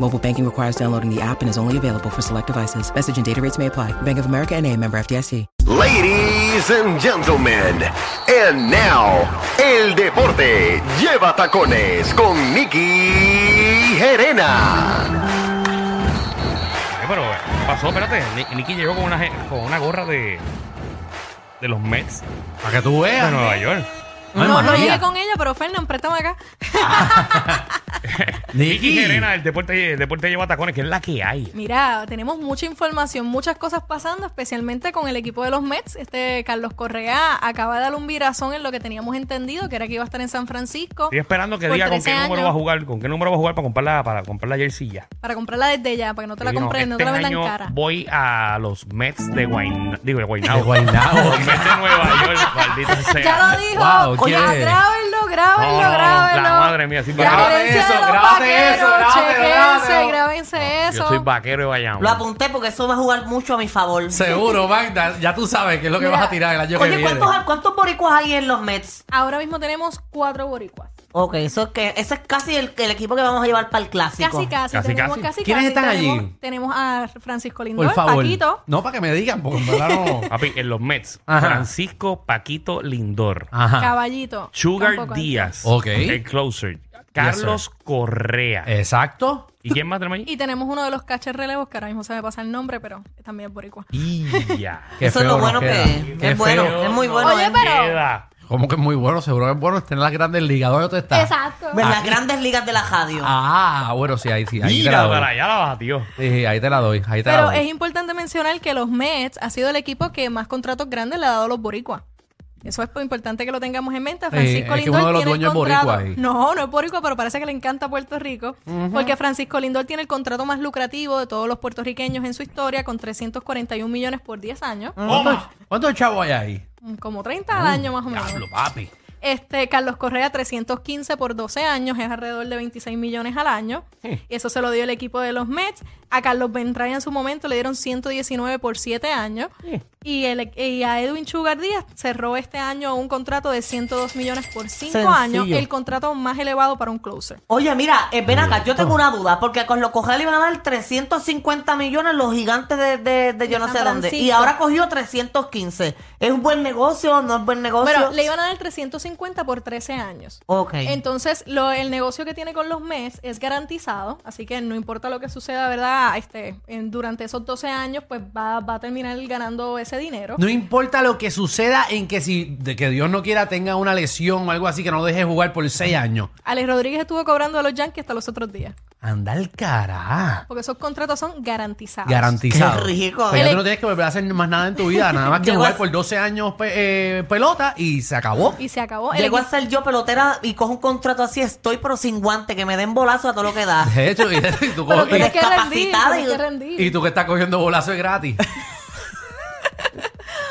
Mobile banking requires downloading the app and is only available for select devices. Message and data rates may apply. Bank of America and a member FDIC. Ladies and gentlemen, and now, el deporte lleva tacones con Nicky Gerena. Eh, pero pasó, espérate. Ni- Nicky llegó con una, je- con una gorra de, de los Mets Para que tú de veas. Nueva York. Ay, No, no María. llegué con ella, pero Fernán, préstame acá. Nicky Nicky. Gerena, el deporte, el deporte lleva tacones, que es la que hay. Mira, tenemos mucha información, muchas cosas pasando, especialmente con el equipo de los Mets. Este Carlos Correa acaba de dar un virazón en lo que teníamos entendido, que era que iba a estar en San Francisco Estoy esperando que Por diga con 13 qué número años. va a jugar, con qué número va a jugar para comprar la, para comprar la jersey ya. para comprarla desde ya, para que no te la Que diga, compren, no te este la vendan año cara. Voy a los Mets de Guaynabo. Digo, de Guaynabo. De Guaynabo. los Mets de Nueva York, maldita sea. Ya lo dijo. Wow, Oye, ¿quiere? grábenlo, grábenlo, No, no, no, grábenlo. la madre mía, sí, La grábate gerencia de eso, los grábate vaqueros, eso, grábate, chequense, grábate. grábense eso. Yo soy vaquero de Ah, Guaynabo. Lo apunté porque eso va a jugar mucho a mi favor. Seguro, Magda. Ya tú sabes qué es lo que Mira, vas a tirar el año que Oye, viene. ¿cuántos, ¿cuántos boricuas hay en los Mets? Ahora mismo tenemos cuatro boricuas. Ok, eso es que ese es casi el, el equipo que vamos a llevar para el clásico. Casi, casi. Casi, tenemos casi. casi, ¿Quiénes casi. están allí? Tenemos- Tenemos a Francisco Lindor, Por favor. Paquito. No, para que me digan, porque en verdad no. Papi, en los Mets. Ajá. Francisco Paquito Lindor. Ajá. Caballito. Sugar tampoco hay. Díaz. Ok. Eh. El closer. Carlos Correa. Exacto. ¿Y quién más tenemos ahí? Y tenemos uno de los caches relevos, que ahora mismo se me pasa el nombre, pero también es boricua. Y ya. Qué eso es feo lo nos bueno que queda. es. Qué Es bueno, feo. es muy bueno. Oye, ¿eh? pero- Queda. Como que es muy bueno, seguro que es bueno estar en las grandes ligas. ¿Dónde tú estás? Exacto. En las grandes ligas de la radio. Ah, bueno, sí, ahí sí. Ahí te la Mira, para doy. allá la batió. Sí, sí, ahí te la doy. Ahí te Pero la es doy. importante mencionar que los Mets ha sido el equipo que más contratos grandes le ha dado a los boricuas. Eso es pues, importante que lo tengamos en mente. Francisco Eh, es que Lindor uno de los tiene el dueños es boricua contrato- ahí. No, no es boricua, pero parece que le encanta Puerto Rico. Porque Francisco Lindor tiene el contrato más lucrativo de todos los puertorriqueños en su historia, con 341 millones por 10 años. ¿Cuántos, cuántos chavos hay ahí? Como 30 al año más o menos. Diablo, papi. Este, Carlos Correa, 315 por 12 años, es alrededor de 26 millones al año. Y eso se lo dio el equipo de los Mets. A Carlos Ventray en su momento le dieron 119 por 7 años. Y, el- y a Edwin Sugar Díaz cerró este año un contrato de 102 millones por 5 Sencillo. años, el contrato más elevado para un closer. Oye, mira, eh, ven acá, yo tengo una duda, porque con los Correa le iban a dar 350 millones los gigantes de, de- de yo no San sé dónde. Y Francisco. ahora cogió 315. ¿Es un buen negocio? ¿No es buen negocio? Pero le iban a dar 350 por 13 años. Ok. Entonces, lo, el negocio que tiene con los MES es garantizado, así que no importa lo que suceda, ¿verdad? Este, en- durante esos 12 años, pues va, va a terminar ganando ese dinero. No importa lo que suceda en que si de que Dios no quiera tenga una lesión o algo así que no lo deje jugar por seis años. Alex Rodríguez estuvo cobrando a los Yankees hasta los otros días, Anda al cará. porque esos contratos son garantizados. Garantizado. Qué rico. Pero El- ya tú no tienes que volver a hacer más nada en tu vida, nada más que Llegó jugar a- por 12 años pe- eh, pelota y se acabó. Y se acabó. El Llego a equipo- ser yo pelotera y cojo un contrato así, estoy pero sin guante, que me den bolazo a todo lo que da. De hecho, y, y tú, pero co- tienes que rendir, discapacitada tienes que y- rendir. y- y tú que estás cogiendo bolazo es gratis.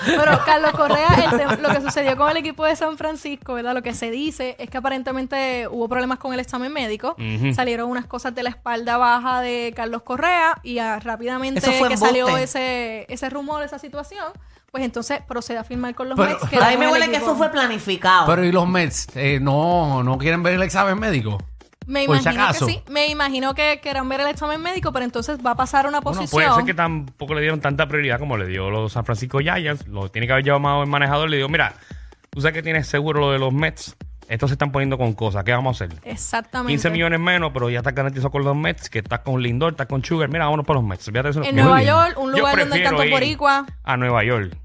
Pero Carlos Correa, el tem- lo que sucedió con el equipo de San Francisco, ¿verdad? Lo que se dice es que aparentemente hubo problemas con el examen médico. Salieron unas cosas de la espalda baja de Carlos Correa y ah, rápidamente Eso fue que embuste. salió ese, ese rumor, esa situación, pues entonces procede a firmar con los Pero- Mets. A mí daban me el huele que equipo. eso fue planificado. Pero ¿y los Mets? Eh, no, no quieren ver el examen médico. Me por si imagino acaso. que sí. Me imagino que querrán ver el examen médico, pero entonces va a pasar a una Bueno, posición. puede ser que tampoco le dieron tanta prioridad como le dio los San Francisco Giants. Lo tiene que haber llamado el manejador. Le digo, mira, tú sabes que tienes seguro lo de los Mets. Estos se están poniendo con cosas. ¿Qué vamos a hacer? Exactamente. 15 millones menos, pero ya estás garantizado con los Mets, que estás con Lindor, estás con Sugar. Mira, vámonos para los Mets. Fíjate eso. En Muy Nueva bien. York, un Yo lugar donde hay prefiero tantos ir boricuas. A Nueva York.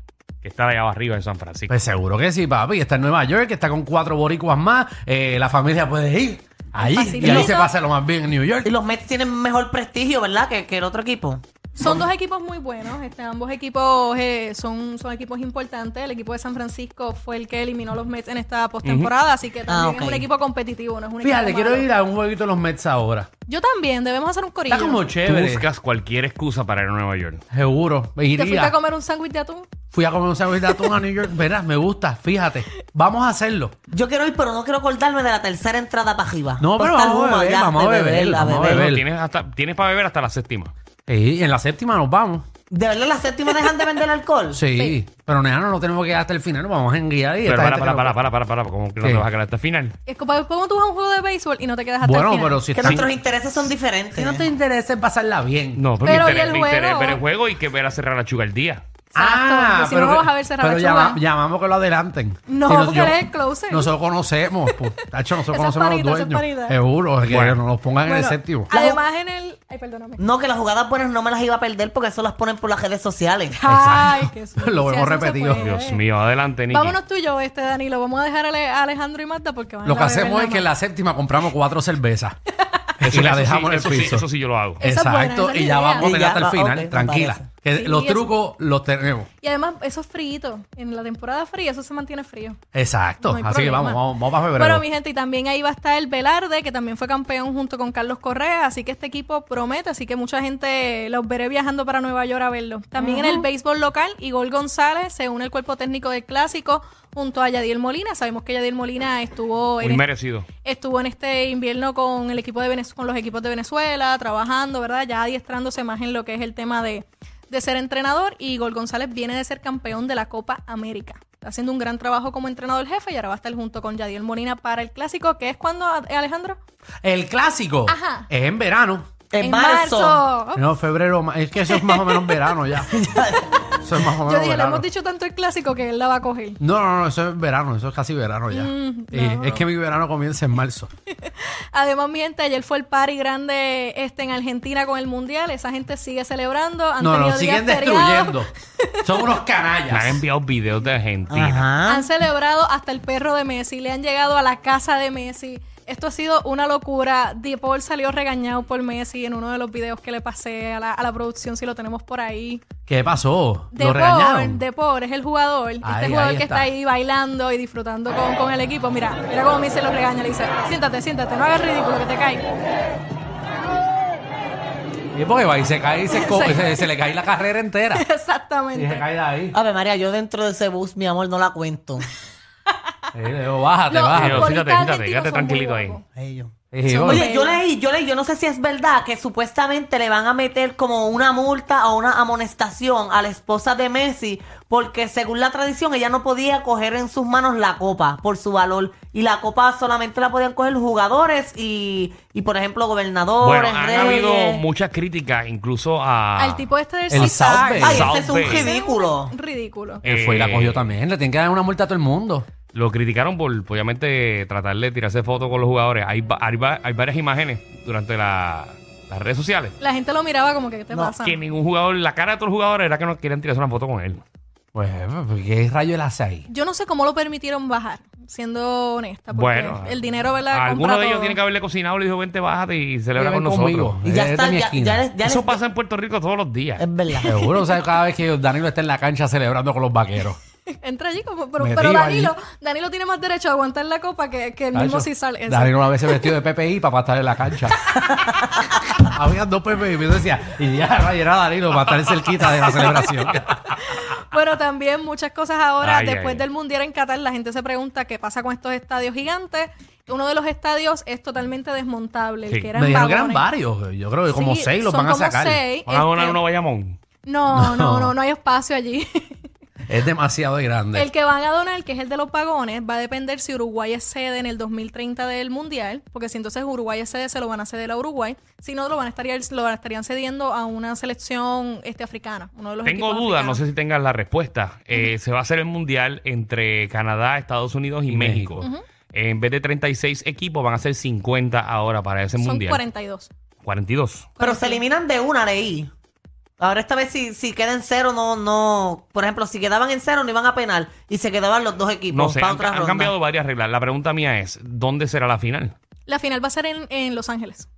que está allá arriba en San Francisco. Pues seguro que sí, papi. Está en Nueva York, está con cuatro boricuas más. eh, la familia puede ir ahí. Y Facilito. ahí se pasa lo más bien en New York. Y los Mets tienen mejor prestigio, ¿verdad? Que, que el otro equipo. Son dos equipos muy buenos, este, ambos equipos eh, son, son equipos importantes. El equipo de San Francisco fue el que eliminó a los Mets en esta postemporada, así que también ok. es un equipo competitivo, no es un equipo Ah, Fíjate, quiero malo. ir a un jueguito de los Mets ahora. Yo también, debemos hacer un corillo. Está como Tú chévere. buscas cualquier excusa para ir a Nueva York. Seguro. Me ¿Te fuiste a iría. comer un sándwich de atún? Fui a comer un sándwich de atún a New York. Verás, me gusta. Fíjate. Vamos a hacerlo. Yo quiero ir, pero no quiero acordarme de la tercera entrada para arriba. No, Por pero estar vamos a juma beber, ya, vamos a de beber, vamos a beber. beber. Tienes, hasta, tienes para beber hasta la séptima. Y en la séptima nos vamos. ¿De verdad la séptima dejan de vender alcohol? Sí. Pero nena, no nos tenemos que ir hasta el final. Nos vamos a enguiar y Pero esta para, gente para, no- para, para, para, para, ¿cómo que no ¿Qué? te vas a quedar hasta el final? Es como como tú vas a un juego de béisbol y no te quedas hasta el Bueno, final. pero si Que estás- nuestros intereses son diferentes. Si no te interesa es pasarla bien. No, Pero, mi ¿y el mi interés juego? pero el juego y que ver a cerrar la chuga el día. Exacto, porque si no, no que- vas a ver cerrar Ah, pero la llama- chuga. llamamos que lo adelanten. No, Si porque yo- eres el closer. Nosotros conocemos, pues, tacho, nosotros Esas conocemos paritas, a esas los dueños. paritas. Seguro, es que Bueno. no los pongan en el Bueno, séptimo. Además en el... Ay, perdóname. No, que las jugadas buenas no me las iba a perder porque eso las ponen por las redes sociales. Ay, qué sucio, Lo hemos eso no se repetido. puede. Dios mío, adelante, Nicky. Vámonos tú y yo, este, Danilo. Vamos a dejar a Ale- a Alejandro y Marta porque van Lo a que beber hacemos es nada que en más. la séptima compramos cuatro cervezas Eso- y la eso sí, eso dejamos en sí, el piso. eso sí yo lo hago. Esa es buena, Exacto, esa es y la ya idea. vamos a Y tener ya hasta el va, final, ok, me tranquila. parece. Que Sí, los eso- trucos los tenemos. Y además, eso es frito. En la temporada fría, eso se mantiene frío. Exacto, No hay así que vamos, problema. vamos, vamos para febrero. Bueno, mi gente, y también ahí va a estar el Velarde, que también fue campeón junto con Carlos Correa, así que este equipo promete, así que mucha gente los veré viajando para Nueva York a verlo. También en el béisbol local, Igor González se une al cuerpo técnico del Clásico junto a Yadiel Molina. Sabemos que Yadiel Molina estuvo Muy en, merecido. estuvo en este invierno con el equipo de Venez- con los equipos de Venezuela, trabajando, ¿verdad? Ya adiestrándose más en lo que es el tema de, de ser entrenador. Y Igor González viene de ser campeón de la Copa América. Está haciendo un gran trabajo como entrenador jefe y ahora va a estar junto con Yadiel Molina para el clásico, que es cuando, A- Alejandro? El clásico Ajá. Oh. es en verano. En, marzo. No, febrero, ma- es que eso es más o menos verano ya. Eso es más o menos Yo dije, le verano. hemos dicho tanto el clásico que él la va a coger. No, no, no, eso es verano, eso es casi verano ya. Mm, Eh, Es que mi verano comienza en marzo. Además, mi gente, ayer fue el party grande este en Argentina con el Mundial. Esa gente sigue celebrando. Han no, no, tenido siguen días feriados. destruyendo. Son unos Me han canallas. enviado videos de Argentina. Ah. Ajá. Han celebrado hasta el perro de Messi, le han llegado a la casa de Messi. Esto ha sido una locura. De Paul salió regañado por Messi en uno de los videos que le pasé a la, a la producción, si lo tenemos por ahí. ¿Qué pasó? De ¿Lo Paul, regañaron? De Paul es el jugador. Ahí, este jugador ahí que está. está ahí bailando y disfrutando con, con el equipo. Mira, mira cómo Messi lo regaña. Le dice, siéntate, siéntate, no hagas ridículo que te cae. Y porque va y se cae y se, co- Se- se- se le cae la carrera entera. Y se Exactamente. cae de ahí. A ver, María, yo dentro de ese bus, mi amor, no la cuento. Eh, le digo, bájate, Los bájate. Dios, futbolistas siéntate, siéntate, quédate argentinos son muy tranquilito ahí. guapos. Ay, yo. Y digo, Oye, Oye, yo leí, yo leí, yo no sé si es verdad que supuestamente le van a meter como una multa o una amonestación a la esposa de Messi porque según la tradición ella no podía coger en sus manos la copa por su valor y la copa solamente la podían coger los jugadores y, y por ejemplo gobernadores, Bueno, han reyes. habido muchas críticas incluso a... Al tipo este del Ah. El César. South Bay. Ay, South ese es un Bay. ridículo. Ridículo. él fue y la eh, cogió también. Le tienen que dar una multa a todo el mundo. Lo criticaron por, pues, obviamente, tratar de tirarse fotos con los jugadores. Hay, va- hay, va- hay varias imágenes durante la- las redes sociales. La gente lo miraba como que, ¿qué te pasa? Que ningún jugador, la cara de todos los jugadores era que no querían tirarse una foto con él. Pues, pues, ¿qué rayo él hace ahí? Yo no sé cómo lo permitieron bajar, siendo honesta, porque bueno, el dinero, ¿verdad? a Compra Alguno de ellos todo. tiene que haberle cocinado, le dijo, vente, bájate y celebra Oye, con ven nosotros. conmigo. Y ya Eh, de está, mi ya, esquina. ya les- ya Eso les- pasa en Puerto Rico todos los días. Es verdad. Seguro, o sea, cada vez que Danilo está en la cancha celebrando con los vaqueros. Entra allí como, pero, Me pero río Danilo, allí. Danilo tiene más derecho a aguantar la copa que, que el mismo Tacho, si sale. Danilo a veces vestido de PPI para estar en la cancha. Había dos PPI. Yo decía, y ya rayo era Danilo para estar cerquita de la celebración. Pero también muchas cosas ahora, Ay, después ay, del Mundial en Qatar, la gente se pregunta qué pasa con estos estadios gigantes. Uno de los estadios es totalmente desmontable, el Sí. que Me eran dijeron que eran vagones. varios. Yo creo que como Sí, seis los son van a como sacar. seis, Van a donar este, uno a Bayamón. no, No. no, no, no hay espacio allí. Es demasiado grande. El que van a donar, que es el de los vagones, va a depender si Uruguay es sede en el 2030 del Mundial, porque si entonces Uruguay es sede, se lo van a ceder a Uruguay. Si no, lo van a estar, lo estarían cediendo a una selección este, africana. Uno de los Tengo equipos dudas, no africanos. sé si tengas la respuesta. Eh, Se va a hacer el mundial entre Canadá, Estados Unidos y, Y México. En vez de 36 equipos, van a ser 50 ahora para ese Son mundial. 42. 42. Pero se eliminan de una, leí. Ahora esta vez si, si queda en cero, no, no. Por ejemplo, si quedaban en cero, no iban a penal. Y se quedaban los dos equipos. No sé, para han, otra han ronda. cambiado varias reglas. La pregunta mía es, ¿dónde será la final? La final va a ser en, en Los Ángeles.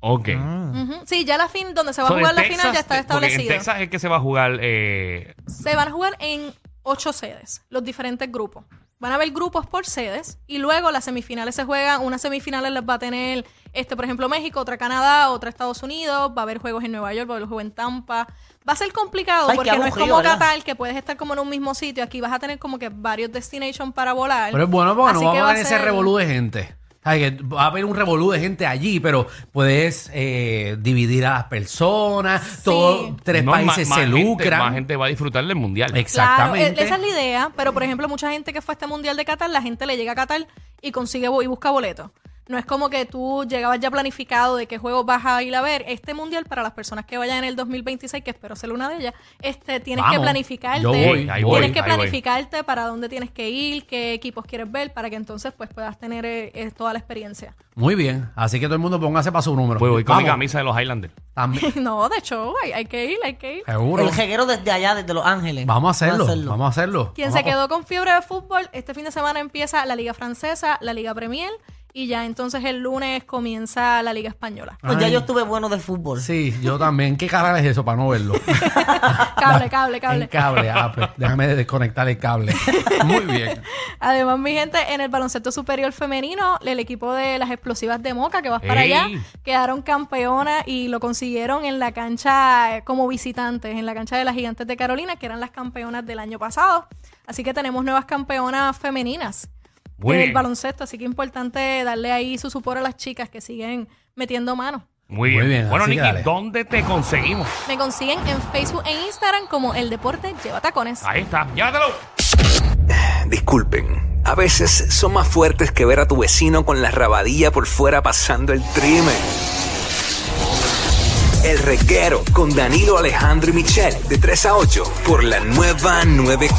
Ok. Ah. Ujú. Sí, ya la fin, donde se va So, a en jugar la Texas- eh, final ya está porque establecido. En Texas es que se va a jugar... eh, Se van a jugar en ocho sedes, los diferentes grupos. Van a haber grupos por sedes y luego las semifinales se juegan. Unas semifinales las va a tener, este, por ejemplo, México, otra Canadá, otra Estados Unidos. Va a haber juegos en Nueva York, va a haber juegos en Tampa. Va a ser complicado Ay, qué porque no es aburrido, como ¿verdad? Qatar, que puedes estar como en un mismo sitio. Aquí vas a tener como que varios destinations para volar. Pero es bueno porque Así no que vamos va a tener ese ser- revolú de gente. Ay, que va a haber un revolú de gente allí, pero puedes eh, dividir a las personas, todos tres no, países más- se más gente- lucran. más gente va a disfrutar del mundial. Claro, e- Exactamente. esa es la idea, pero por ejemplo, mucha gente que fue a este mundial de Qatar, la gente le llega a Qatar y consigue bo- y busca boletos. No es como que tú llegabas ya planificado de qué juegos vas a ir a ver. Este mundial, para las personas que vayan en el 2026, que espero ser una de ellas, este, tienes que Vamos, planificarte. yo voy, ahí tienes voy, que ahí voy. planificarte para dónde tienes que ir, qué equipos quieres ver, para que entonces pues puedas tener eh, eh, toda la experiencia. Muy bien. Así que todo el mundo póngase para su número. Pues Voy, voy con mi Vamos. camisa de los Highlanders. También. no, de hecho, hay, hay que ir, hay que ir. Seguro. El jeguero desde allá, desde Los Ángeles. Vamos a hacerlo. Vamos a hacerlo. Quien se Vamos a- quedó con fiebre de fútbol, este fin de semana empieza la Liga Francesa, la Liga Premier y ya entonces el lunes comienza la Liga Española. Pues ya Ay. yo estuve bueno de fútbol. Sí, yo también. ¿Qué canal es eso para no verlo? Cable, cable, El cable. cable. Ah, pues, déjame desconectar el cable. Muy bien. Además, mi gente, en el baloncesto superior femenino, el equipo de las explosivas de Moca, que vas para ¡Ey! allá, quedaron campeonas y lo consiguieron en la cancha eh, como visitantes, en la cancha de las gigantes de Carolina, que eran las campeonas del año pasado. Así que tenemos nuevas campeonas femeninas. Muy del bien. baloncesto, así que importante darle ahí su supor a las chicas que siguen metiendo mano. Muy Muy bien. bien, bueno, así que Nicky, dale. ¿dónde te conseguimos? Me consiguen en Facebook e Instagram como El Deporte Lleva Tacones. Ahí está. Llévatelo. Disculpen, a veces son más fuertes que ver a tu vecino con la rabadilla por fuera pasando el trimen. El reguero con Danilo Alejandro y Michel de 3 a 8 por la nueva 9.